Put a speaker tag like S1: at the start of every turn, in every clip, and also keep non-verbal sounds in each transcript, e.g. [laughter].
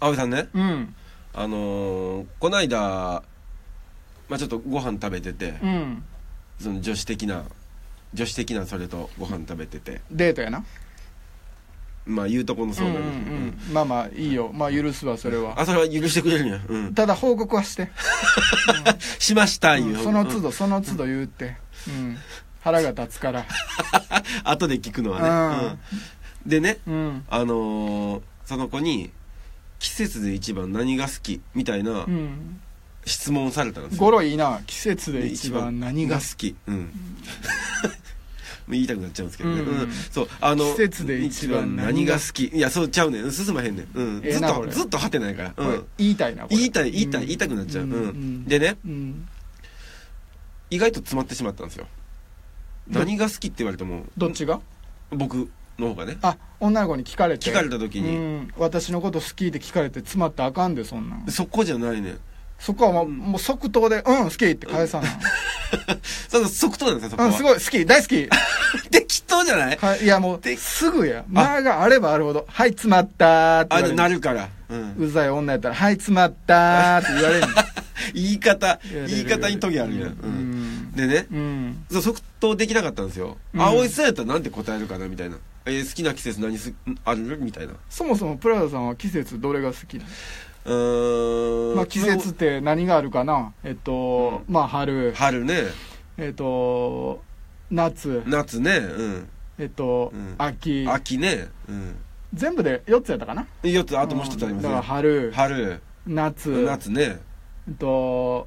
S1: 青井さんね
S2: うん
S1: あのーこの間まあちょっとご飯食べてて、
S2: うん
S1: その女子的な女子的なそれとご飯食べてて
S2: デートやな
S1: まあ言うとこのそうなん
S2: ん
S1: です
S2: う
S1: けど、
S2: んうんまあまあいいよまあ許すわそれは
S1: あそれは許してくれるんやうん
S2: ただ報告はして、
S1: しました
S2: うん
S1: いう、
S2: その
S1: う
S2: 都
S1: ん
S2: 度その都度言うってうん腹が立
S1: [laughs]
S2: つから
S1: 後で聞くのはね、うんでね
S2: うん
S1: あのーその子に季節で一番何が好きみたいな
S2: うん
S1: 質問をされたんですよ
S2: ゴロいいな季節で一番何が好
S1: 好きうんもう [laughs] 言いたくなっちゃうんですけどね、
S2: うん
S1: うんそうあの
S2: 季節で一番
S1: 何
S2: 何
S1: が
S2: が
S1: 好きいやそうちゃうねん進まへんねん、うん
S2: ええ
S1: ずっ
S2: な
S1: と
S2: これ
S1: ずっとはてないから、
S2: き、
S1: う
S2: これ
S1: ん、
S2: 言いたいなこれ
S1: 言いたい言いたい、
S2: うん
S1: 言いたくなっちゃう、うん
S2: うん
S1: でね
S2: うん
S1: 意外と詰まってしまったんですよ
S2: ど
S1: 何が好きって言われても
S2: どっちが
S1: 僕の方がね
S2: あ女の子に聞かれて
S1: 聞かれた時に、
S2: うん、私のこと好きって聞かれて詰まったらあかんでそんなん
S1: そこじゃないねん
S2: そこはもう,、
S1: うん
S2: もう即答で「うん好き」って返さな、
S1: [laughs] その即答なんですよそこ
S2: う
S1: は、
S2: ん、すごい好き大好き
S1: 適当じゃない
S2: はい、いやもう、すぐや。間があればあるほど、はい、詰まったーって
S1: あ
S2: 言わ
S1: れ
S2: れる。
S1: なるから、うん、
S2: うざい女やったら、はい、詰まったーって言われる。
S1: 言い方
S2: や
S1: [laughs] 言い方にトゲあるやん、
S2: う
S1: うん
S2: ん
S1: でね
S2: うん。
S1: そう即答できなかったんですよ、
S2: うん
S1: 青いさんやったらなんて答えるかなみたいな、えー好きな季節何すあるみたいな
S2: そもそもプラザさんは季節どれが好きな
S1: うーん
S2: のまあ季節って何があるかなえっと、まあ春、
S1: 春ね
S2: えっと、夏、
S1: 夏ねうん
S2: えっと、
S1: うん
S2: 秋、
S1: 秋ねうん
S2: 全部で4つやったかな
S1: 4つあともう一つあり
S2: うんだから
S1: ますね
S2: 春、
S1: 春
S2: 夏、
S1: 夏ね
S2: えっと、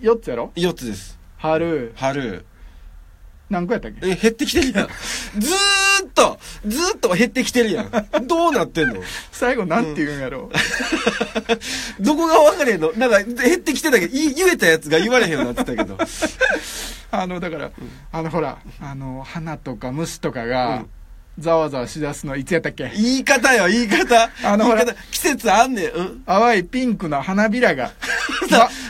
S2: 4つやろ
S1: 4つです
S2: 春、
S1: 春
S2: 何個やったっけ
S1: え減ってきて
S2: [laughs]
S1: るやんずーっとずーっと減ってきてるやんどうなってんの
S2: 最後なんて言うんやろ
S1: どこが分かれへんのなんか減ってきてたけどい言えたやつが言われへんようになって
S2: [laughs]
S1: たけど
S2: あのだから、あのほらあの花とか虫とか
S1: う
S2: が
S1: ん
S2: ざわざわしだすのいつやったっけ、
S1: 言い方よ言い方
S2: あ
S1: 言
S2: のほ
S1: い
S2: ら
S1: 方季節あんねんうん
S2: 淡いピンクの花び
S1: [laughs]
S2: らが、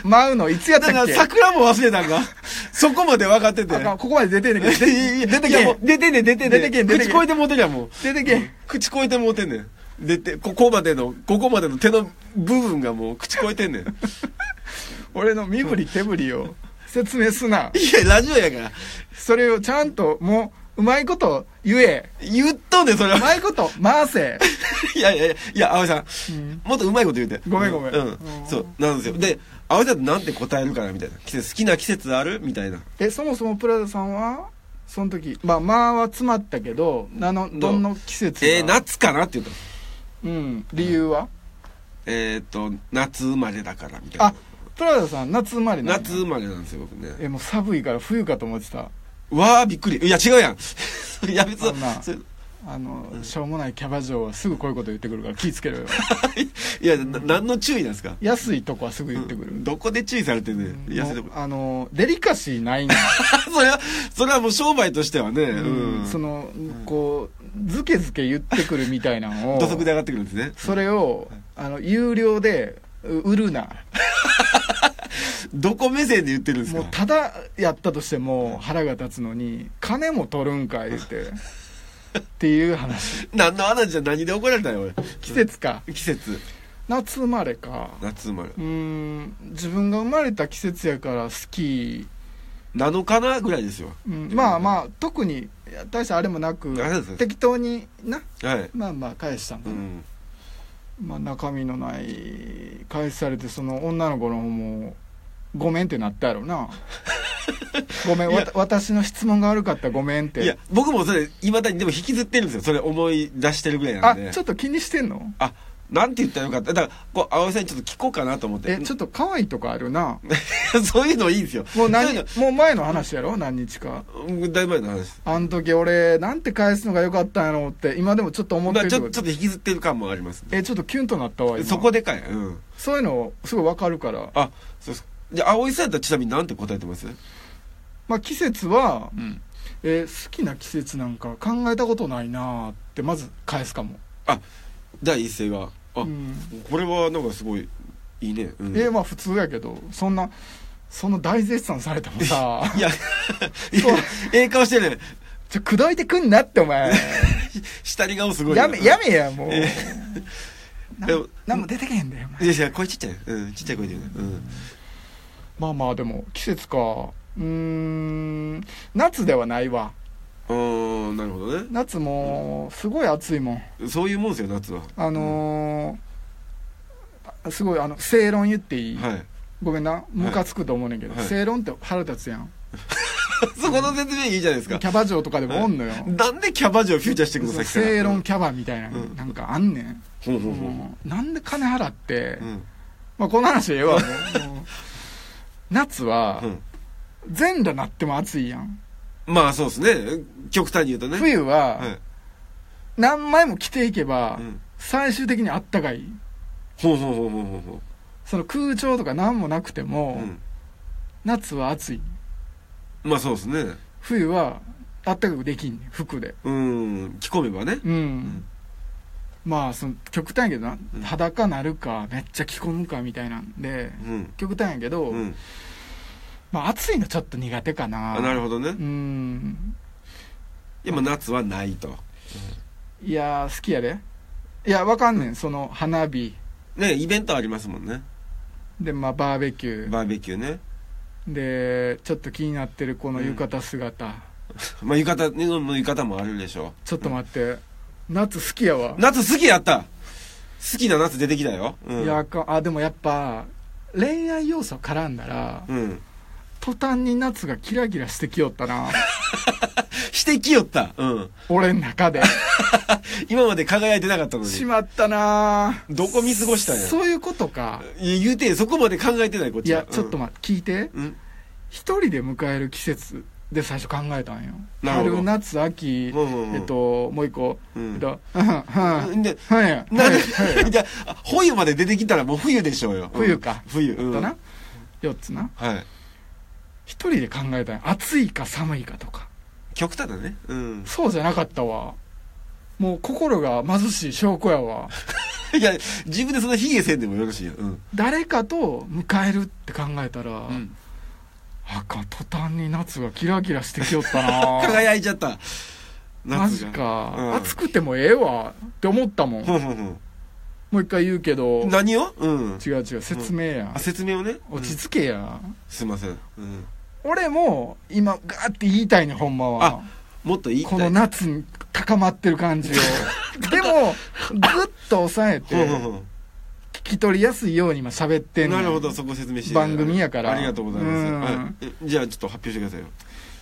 S2: ま、舞うのいつやった
S1: だから
S2: っけ
S1: 桜も忘れたんか [laughs] そこまで分かってて。
S2: あかんここまで出てんねんけ
S1: [laughs]
S2: ど
S1: いやいや
S2: 出て
S1: い
S2: け
S1: やもう出てんねん出てんねん。
S2: 出てけん出てけん
S1: 口超えてもうてるやんもう。
S2: 出てけん
S1: 口超えてもうてんねん。出て、ここまでの、ここまでの手の部分がもう口超えてんね [laughs] ん。い
S2: 俺の身振り手振りを説明すな
S1: や、ラジオやから。
S2: それをちゃんともううまいこと言え
S1: 言っとんねん、それ
S2: う
S1: は。
S2: まいこと回せ、
S1: [laughs] いやいやいや、いや、葵さ。
S2: うんん
S1: もっとうまいこと言うて。
S2: ごめんごめん
S1: う
S2: うん
S1: ん。そう、なんですよ。で、葵さんってなんて答えるかな、みたいな。季節、好きな季節あるみたいな。
S2: えそもそもプラザさんはその時まあまあは詰まったけどあのどんな季節が
S1: えー、夏かなって言うと。
S2: うん理由は、
S1: えーっと、夏生まれだから、みたい
S2: あ
S1: な。
S2: プラザさん夏生まれなんや
S1: 夏生まれなんですよ、僕ね。
S2: えもう寒いから冬かと思ってた
S1: わあびっくりいや違うやん [laughs] いや別
S2: あんな
S1: にそれ
S2: あの、しょうもないキャバ嬢はすぐこういうこと言ってくるから気ぃつけろ
S1: [laughs]
S2: よ
S1: [laughs] いやな何の注意なんですか
S2: 安いとこはすぐ言ってくる、
S1: どこで注意されてんねんいやそ
S2: も
S1: れ
S2: うあのデリカシーないんだ、
S1: [laughs] それはそれはもう商売としてはねうん
S2: [laughs] そのこうズケズケ言ってくるみたいなのを
S1: 土足で上がってくるんですね
S2: それをあの有料でう売るな
S1: どこ目線で言ってるんです
S2: もう
S1: か
S2: ただやったとしても腹が立つのに金も取るんかいって
S1: [laughs]
S2: っていう話
S1: 何の話じゃ何で怒られたよ俺
S2: 季節か
S1: 季節
S2: 夏生まれか
S1: 夏生まれ
S2: うーん自分が生まれた季節やから好き、
S1: 7日なぐらいですよ
S2: うん、まあまあ特にいや大したあれもなく
S1: あれですね
S2: 適当にな
S1: はい
S2: まあまあ返したの、
S1: うん
S2: まあ、中身のない返されてその女の子の方もごめんってなったや
S1: [laughs]
S2: ろなごめんわた私の質問が悪かったごめんっ
S1: いや
S2: て
S1: 僕もそれいまだにでも引きずってるんですよそれ思い出してるぐらいな
S2: あ
S1: んで
S2: ちょっと気にしてんの
S1: あなんて言ったらよかっただからこう青井さんにちょっと聞こうかなと思って
S2: えちょっと可愛いとかあるな
S1: [laughs] そういうのいいんですよ。
S2: もう
S1: そう
S2: 何
S1: い
S2: もう前の話やろ何日か
S1: うのうんだいぶ前の話です。
S2: あの時俺なんて返すのが良かったんやろうって今でもちょっと思って
S1: まあ
S2: る
S1: ちょ
S2: けど
S1: ちょっと引きずってる感もあります、ね。
S2: えちょっとキュンとなったわ今
S1: そこでかい。うん。
S2: そういうのすごいわかるから
S1: あ、そうそう。じゃあ、葵さんやったらちなみに何て答えてます
S2: まあ季節は、
S1: ん。
S2: えー好きな季節なんか考えたことないなーってまず返すかも、
S1: あ、第一声が。あ、
S2: うん
S1: これはなんかすごい、いいね。うん、
S2: えーまあ普通やけどそんなそんな大絶賛されても
S1: [laughs]
S2: さ [laughs]
S1: いや、い
S2: そう
S1: やええ顔してるね。
S2: ちょ口説いてくんなってお前
S1: 下り顔すごいな。
S2: やめやめやもう、
S1: えで
S2: 何
S1: も
S2: 何も出てけへんだよお前
S1: いやいや声ちっちゃいうんちっちゃい声で言うねうん
S2: まあまあでも季節かうーん夏ではないわ
S1: あーなるほどね
S2: 夏もすごい暑いもん
S1: そういうもんですよ夏は
S2: あのーすごいあの正論言っていい、
S1: はい [laughs]
S2: ごめんなムカつくと思うねんけど、
S1: はい
S2: 正論って腹立つやん
S1: そこの説明いいじゃないです
S2: キ
S1: か
S2: ャバ嬢とかでもおんのよ、
S1: なんでキャバ嬢をフューチャーしてくのさっきから
S2: 正論キャバみたいな、
S1: うん
S2: なんかあんねん、
S1: ほうほうほう
S2: もうなんで金払って、
S1: うん
S2: まあこの話
S1: [laughs]
S2: ええわもうもう夏は
S1: うん
S2: 全裸なっても暑いやん
S1: まあそうですね極端に言うとね
S2: 冬
S1: は
S2: はい何枚も着ていけば
S1: うん
S2: 最終的にあったかい
S1: ほうほうほうほうほうほ
S2: その空調とか何もなくて
S1: う
S2: も
S1: うん
S2: 夏は暑い
S1: まあそうですね
S2: 冬はあったかくできんねん服で
S1: うん着込めばね
S2: うん、
S1: ん
S2: まあその極端やけどな
S1: うん
S2: 裸なるかめっちゃ着込むかみたいなんで
S1: うん
S2: 極端やけど、
S1: うん
S2: まあ暑いのちょっと苦手かな
S1: あなるほどね
S2: うん
S1: 今夏はないと
S2: いやー好きやでいやわかんねんその花火
S1: ねイベントありますもんね
S2: でまあバーベキュー
S1: バーベキューね
S2: でちょっと気になってるこの浴衣姿、
S1: まあ浴衣の浴衣もあるでしょ
S2: ちょっと待って、夏好きやわ
S1: 夏好きやった好きな夏出てきたようん
S2: いやあかんあでもやっぱ恋愛要素絡んだら
S1: うん
S2: 途端に夏がキラキラしてきよったな
S1: してきよったうん
S2: 俺ん中で
S1: 今まで輝いてなかったのに
S2: しまったな
S1: どこ見過ごしたんや
S2: そういうことか
S1: いや言うてそこまで考えてないこっ
S2: い
S1: ちは
S2: やちょっ
S1: 待
S2: と待って聞いて
S1: うん
S2: 一人で迎える季節で最初考えたんよ
S1: なるほど
S2: 春夏秋、
S1: うんうんうん
S2: えっともう一個、
S1: うん
S2: えっとうんうんうん
S1: うんで
S2: はいはい
S1: なんで、
S2: は
S1: [laughs]
S2: い
S1: じゃあ冬まで出てきたらもう冬でしょうようん
S2: 冬か
S1: 冬
S2: えっ
S1: う
S2: と
S1: んは
S2: ない4つな一人で考えたんよ暑いか寒いかとか
S1: 極端だねうん
S2: そうじゃなかったわもう心が貧しい証拠やわ
S1: [laughs] いや自分でその卑下せんでもよろしいようん
S2: 誰かと迎えるって考えたら、
S1: ん
S2: あかん途端に夏がキラキラしてきよった
S1: [laughs]
S2: な
S1: 輝いちゃった
S2: マジか、暑くてもええわって思ったもん、
S1: ほんほんほ
S2: もう一回言うけど
S1: ん何をうん
S2: 違う違う説明や、
S1: あ説明をね
S2: 落
S1: うん
S2: ち着けや、
S1: すいませんうん
S2: 俺も今ガーって言いたいねほんまは
S1: もっと言いたい
S2: この夏に高まってる
S1: [laughs]
S2: 感じをでもぐっと抑えて
S1: ほんほんほん
S2: 聞き取りやすいように今喋ってんねん
S1: なるほどそこ説明して
S2: 番組やから
S1: ありがとうございます、
S2: うん
S1: はいえ、じゃあちょっと発表してくださいよ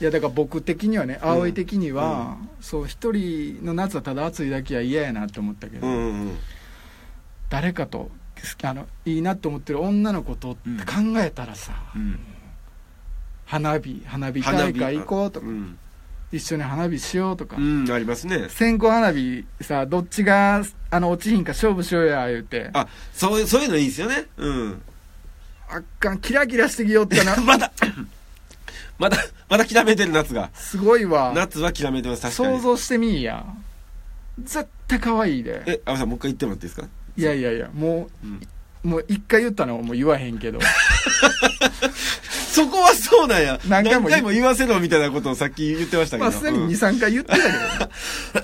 S2: いやだから僕的にはね
S1: うん
S2: 葵的には、そう一人の夏はただ暑いだけは嫌やなって思ったけ
S1: う
S2: ど、
S1: んうんうん
S2: 誰かとあのいいなって思ってる女の子とって考えたらさ、花火花火大会行こうとか、
S1: うん、
S2: 一緒に花火しようとか、
S1: うん、ありますね
S2: 線香花火さどっちがあの落ちひんか勝負しようや言うてあ
S1: あそういうそういうのいいですよねうん
S2: っかんキラキラしてきよった
S1: [laughs]
S2: な
S1: まだまだまだきらめいてる夏が
S2: すごいわ
S1: 夏はきらめいてます確かに
S2: 想像してみいや絶対可愛いで
S1: え阿部さんもう一回言ってもらっていいですか
S2: いやいやいやもう
S1: うん
S2: もう一回言ったのはもう言わへんけど
S1: そこはそうなんや
S2: 何回も言
S1: 言わせろみたいなことをさっき言ってましたけ
S2: ま
S1: ど
S2: あすでに
S1: うん
S2: 23回言ってたけどね
S1: [laughs]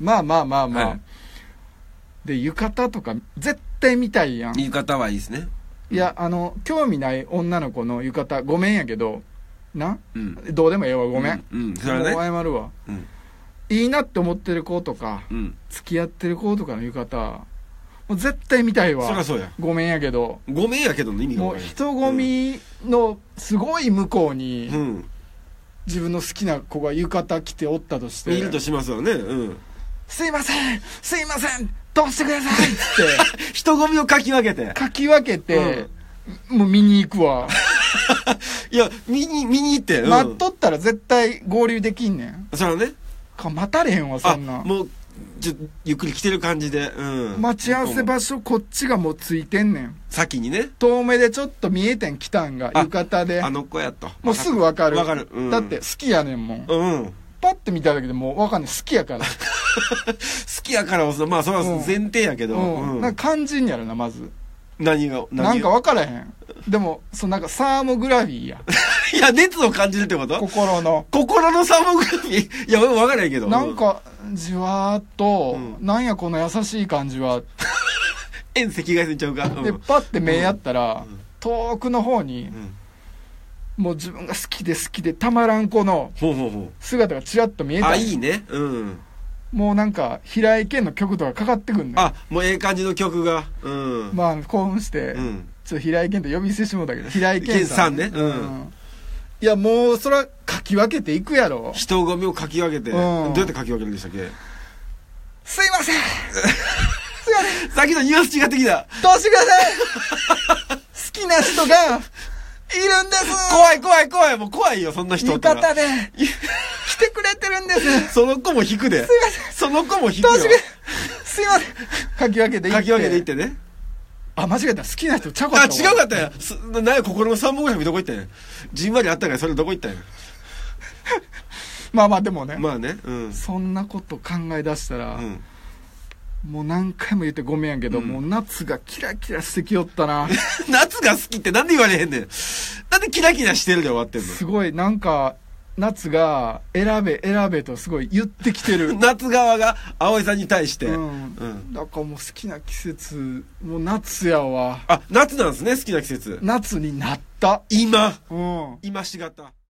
S2: まあまあまあまあ、
S1: はい
S2: で浴衣とか絶対見たいやんい
S1: 言い方はいいですね
S2: やあの興味ない女の子の浴衣ごめんやけどな
S1: うん
S2: どうでもええわごめん、
S1: うん、うん、それ
S2: もう
S1: はね
S2: 謝るわ
S1: うん
S2: いいなって思ってる子とか
S1: うん
S2: 付き合ってる子とかの浴衣もう絶対見たい
S1: そりゃ
S2: わ
S1: そうや
S2: ごめんやけど
S1: ごめんやけどの意味が
S2: も
S1: わ
S2: う
S1: からない
S2: 人混みのすごい向こうに、
S1: うん
S2: 自分の好きな子が浴衣着ておったとして
S1: 見るとしますわねうん
S2: すいませんすいませんどうしてください!」って
S1: 人混みをかき分けて
S2: かき分けて、もう見に行くわ、
S1: いや見に見に行って、うん、
S2: 待っとったら絶対合流できんねん
S1: それはね
S2: か待たれへんわそ
S1: あ
S2: んなん
S1: もうちょゆっくり来てる感じで、うん、
S2: 待ち合わせ
S1: 向こ
S2: 場所こっちがもうついてんねん
S1: うも先にね
S2: 遠目でちょっと見えてん来たんが
S1: あ
S2: 浴衣で
S1: あの子やと
S2: もうすぐ分かる
S1: わかる、うん
S2: だって好きやねんもん
S1: うん好
S2: パッて見ただけでもう分かんない好きや
S1: [laughs]
S2: から、
S1: きやからこそまあそれは前提やけ
S2: う
S1: ど、
S2: ん
S1: うん
S2: なんか感じんやろなまず
S1: 何が何が
S2: なんか分からへんでもそのなんかサーモグラフィーや
S1: [laughs] いや熱を感じるってこと
S2: 心の
S1: 心のサーモグラフィー [laughs] いや分からへんけど
S2: なんかじわーっと、
S1: うん
S2: なんやこの優しい感じは
S1: 遠赤外線ちゃうか、うん
S2: でパッて目やったら、
S1: うん
S2: 遠くの方に
S1: うん
S2: もう自分が好きで好きでたまらん子の
S1: ほうほうほ
S2: 姿がちらっと見え
S1: う
S2: た
S1: あいいねうん
S2: もうなんか平井堅の曲とかかかってくんのよ
S1: あもうええ感じの曲がうん、
S2: まあ興奮して、
S1: うん
S2: ちょっと平井堅と呼び捨てしもうたけど平井堅
S1: 健さんねうん
S2: いやもうそらかき分けていくやろ
S1: 人混みをかき分けて、
S2: うん
S1: どうやってかき分けるんでしたっけ
S2: すいませんすいません
S1: さっきのニュアンス違ってきた
S2: どうしてください好きな人がいるんです
S1: 怖い怖い怖いもう怖いよそんな人お
S2: 味
S1: ったら
S2: 方で来てくれてるんですす
S1: その子も引くで
S2: いません
S1: その子も引く
S2: ど
S1: よ
S2: うしてくれすいませんかき分けていって
S1: かき分けていってね
S2: あ間違えた好きな人ちゃうか
S1: あ
S2: った
S1: 違う
S2: わ
S1: かったやんすなんや心の三本指どこ行ったんやじんわりあったからそれどこ行ったんや
S2: まあまあでもね、
S1: まあねうん [laughs]
S2: そんなこと考え出したら、
S1: うん
S2: もう何回も言ってごめんやけど、
S1: うん
S2: もう夏がキラキラしてきよったな
S1: 夏が好きってなんで言われへんねん。なんでキラキラしてるで終わってん
S2: すごいなんか夏が選べ選べとすごい言ってきてる
S1: の夏側が葵さんに対して。う
S2: う
S1: んん。
S2: だからもう好きな季節もう夏やわ
S1: あ、夏なんですね、好きな季節。
S2: 夏になった
S1: 今。
S2: うん
S1: 今しがた。